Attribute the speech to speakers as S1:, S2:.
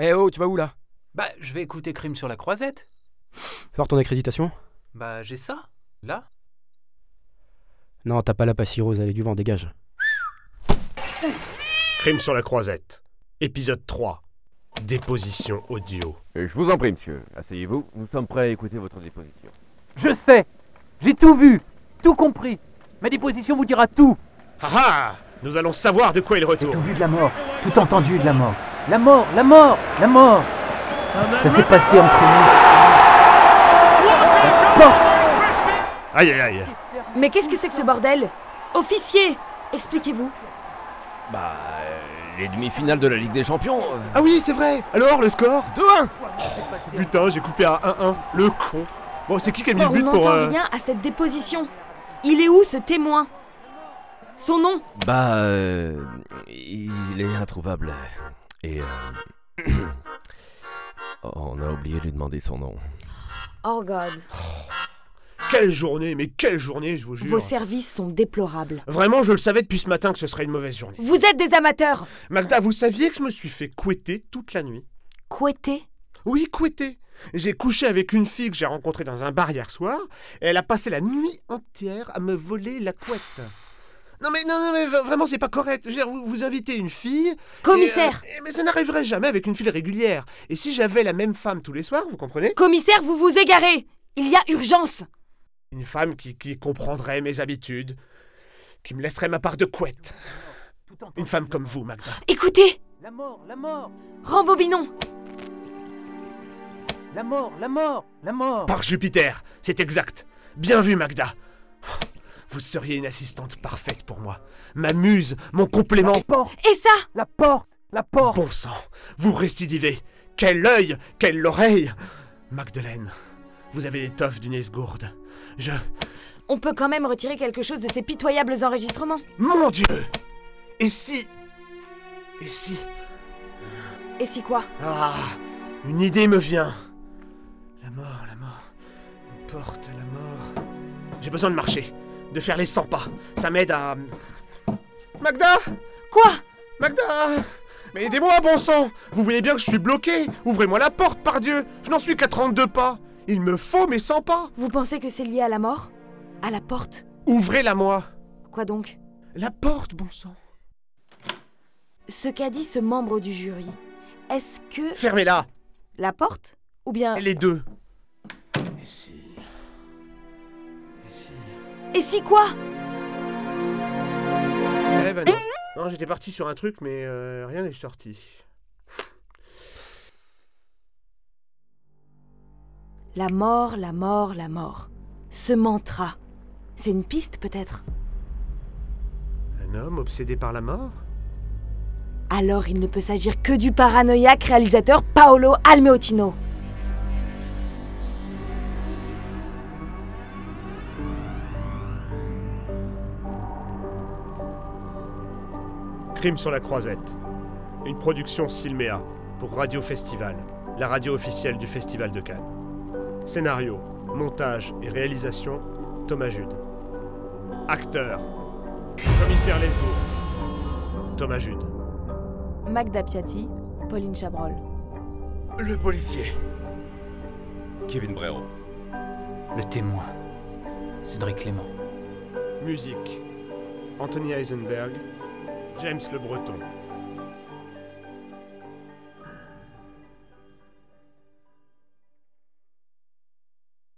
S1: Eh oh, tu vas où là
S2: Bah, je vais écouter Crime sur la croisette.
S1: Fais voir ton accréditation
S2: Bah, j'ai ça. Là
S1: Non, t'as pas la passe rose, elle est du vent, dégage.
S3: Crime sur la croisette. Épisode 3. Déposition audio.
S4: Euh, Je vous en prie, monsieur. Asseyez-vous. Nous sommes prêts à écouter votre déposition.
S5: Je sais. J'ai tout vu, tout compris. Ma déposition vous dira tout.
S3: Ha ha Ah Nous allons savoir de quoi il
S5: J'ai tout
S3: retourne.
S5: vu de la mort, tout entendu de la mort. La mort, la mort, la mort. Ça s'est passé entre nous. La porte.
S3: Aïe aïe aïe.
S6: Mais qu'est-ce que c'est que ce bordel Officier Expliquez-vous.
S7: Bah, euh, les demi-finales de la Ligue des Champions. euh,
S3: Ah oui, c'est vrai Alors, le score 2-1 Oh, Putain, j'ai coupé à 1-1. Le con. Bon, c'est qui qui a mis le
S6: On
S3: but
S6: n'entend
S3: pour... euh,
S6: rien à cette déposition. Il est où ce témoin Son nom
S7: Bah, euh, il est introuvable. Et. euh, oh, on a oublié de lui demander son nom.
S6: Oh god.
S3: Quelle journée, mais quelle journée, je vous jure.
S6: Vos services sont déplorables.
S3: Vraiment, je le savais depuis ce matin que ce serait une mauvaise journée.
S6: Vous êtes des amateurs
S3: Magda, vous saviez que je me suis fait couetter toute la nuit
S6: Couettés
S3: Oui, couetter. J'ai couché avec une fille que j'ai rencontrée dans un bar hier soir, et elle a passé la nuit entière à me voler la couette. Non mais non, non mais v- vraiment c'est pas correct. Je veux dire, vous, vous invitez une fille.
S6: Commissaire
S3: et, euh, et- Mais ça n'arriverait jamais avec une fille régulière. Et si j'avais la même femme tous les soirs, vous comprenez
S6: Commissaire, vous vous égarez Il y a urgence
S3: Une femme qui, qui comprendrait mes habitudes, qui me laisserait ma part de couette.
S5: Tout entendu.
S3: Une femme comme vous, Magda.
S6: Écoutez
S5: La mort, la mort,
S6: Rambobinon
S5: la mort, la mort, la mort.
S3: Par Jupiter, c'est exact. Bien vu, Magda. Vous seriez une assistante parfaite pour moi. Ma muse, mon
S5: La
S3: complément.
S5: porte,
S6: Et ça
S5: la porte, la porte.
S3: Bon sang, vous récidivez. Quel œil, quelle oreille. Magdeleine, vous avez l'étoffe d'une esgourde. Je.
S6: On peut quand même retirer quelque chose de ces pitoyables enregistrements.
S3: Mon Dieu Et si. Et si.
S6: Et si quoi
S3: Ah Une idée me vient. La mort, la mort. Une porte, la mort. J'ai besoin de marcher, de faire les 100 pas. Ça m'aide à. Magda
S6: Quoi
S3: Magda Mais aidez-moi, bon sang Vous voyez bien que je suis bloqué Ouvrez-moi la porte, par Dieu Je n'en suis qu'à 32 pas Il me faut mes 100 pas
S6: Vous pensez que c'est lié à la mort À la porte
S3: Ouvrez-la moi
S6: Quoi donc
S3: La porte, bon sang
S6: Ce qu'a dit ce membre du jury, est-ce que
S3: Fermez-la
S6: la porte ou bien
S3: Les deux Et si... Et si...
S6: et si quoi
S3: Eh ben non Non, j'étais parti sur un truc, mais euh, rien n'est sorti.
S6: La mort, la mort, la mort. Ce mantra, c'est une piste peut-être.
S3: Un homme obsédé par la mort
S6: Alors il ne peut s'agir que du paranoïaque réalisateur Paolo Almeotino.
S3: Crime sur la croisette. Une production Silméa pour Radio Festival, la radio officielle du Festival de Cannes. Scénario, montage et réalisation, Thomas Jude. Acteur, commissaire Lesbourg, Thomas Jude.
S6: Magda Piatti, Pauline Chabrol.
S3: Le policier.
S7: Kevin Brero.
S2: Le témoin. Cédric Clément.
S3: Musique, Anthony Heisenberg, James Le Breton.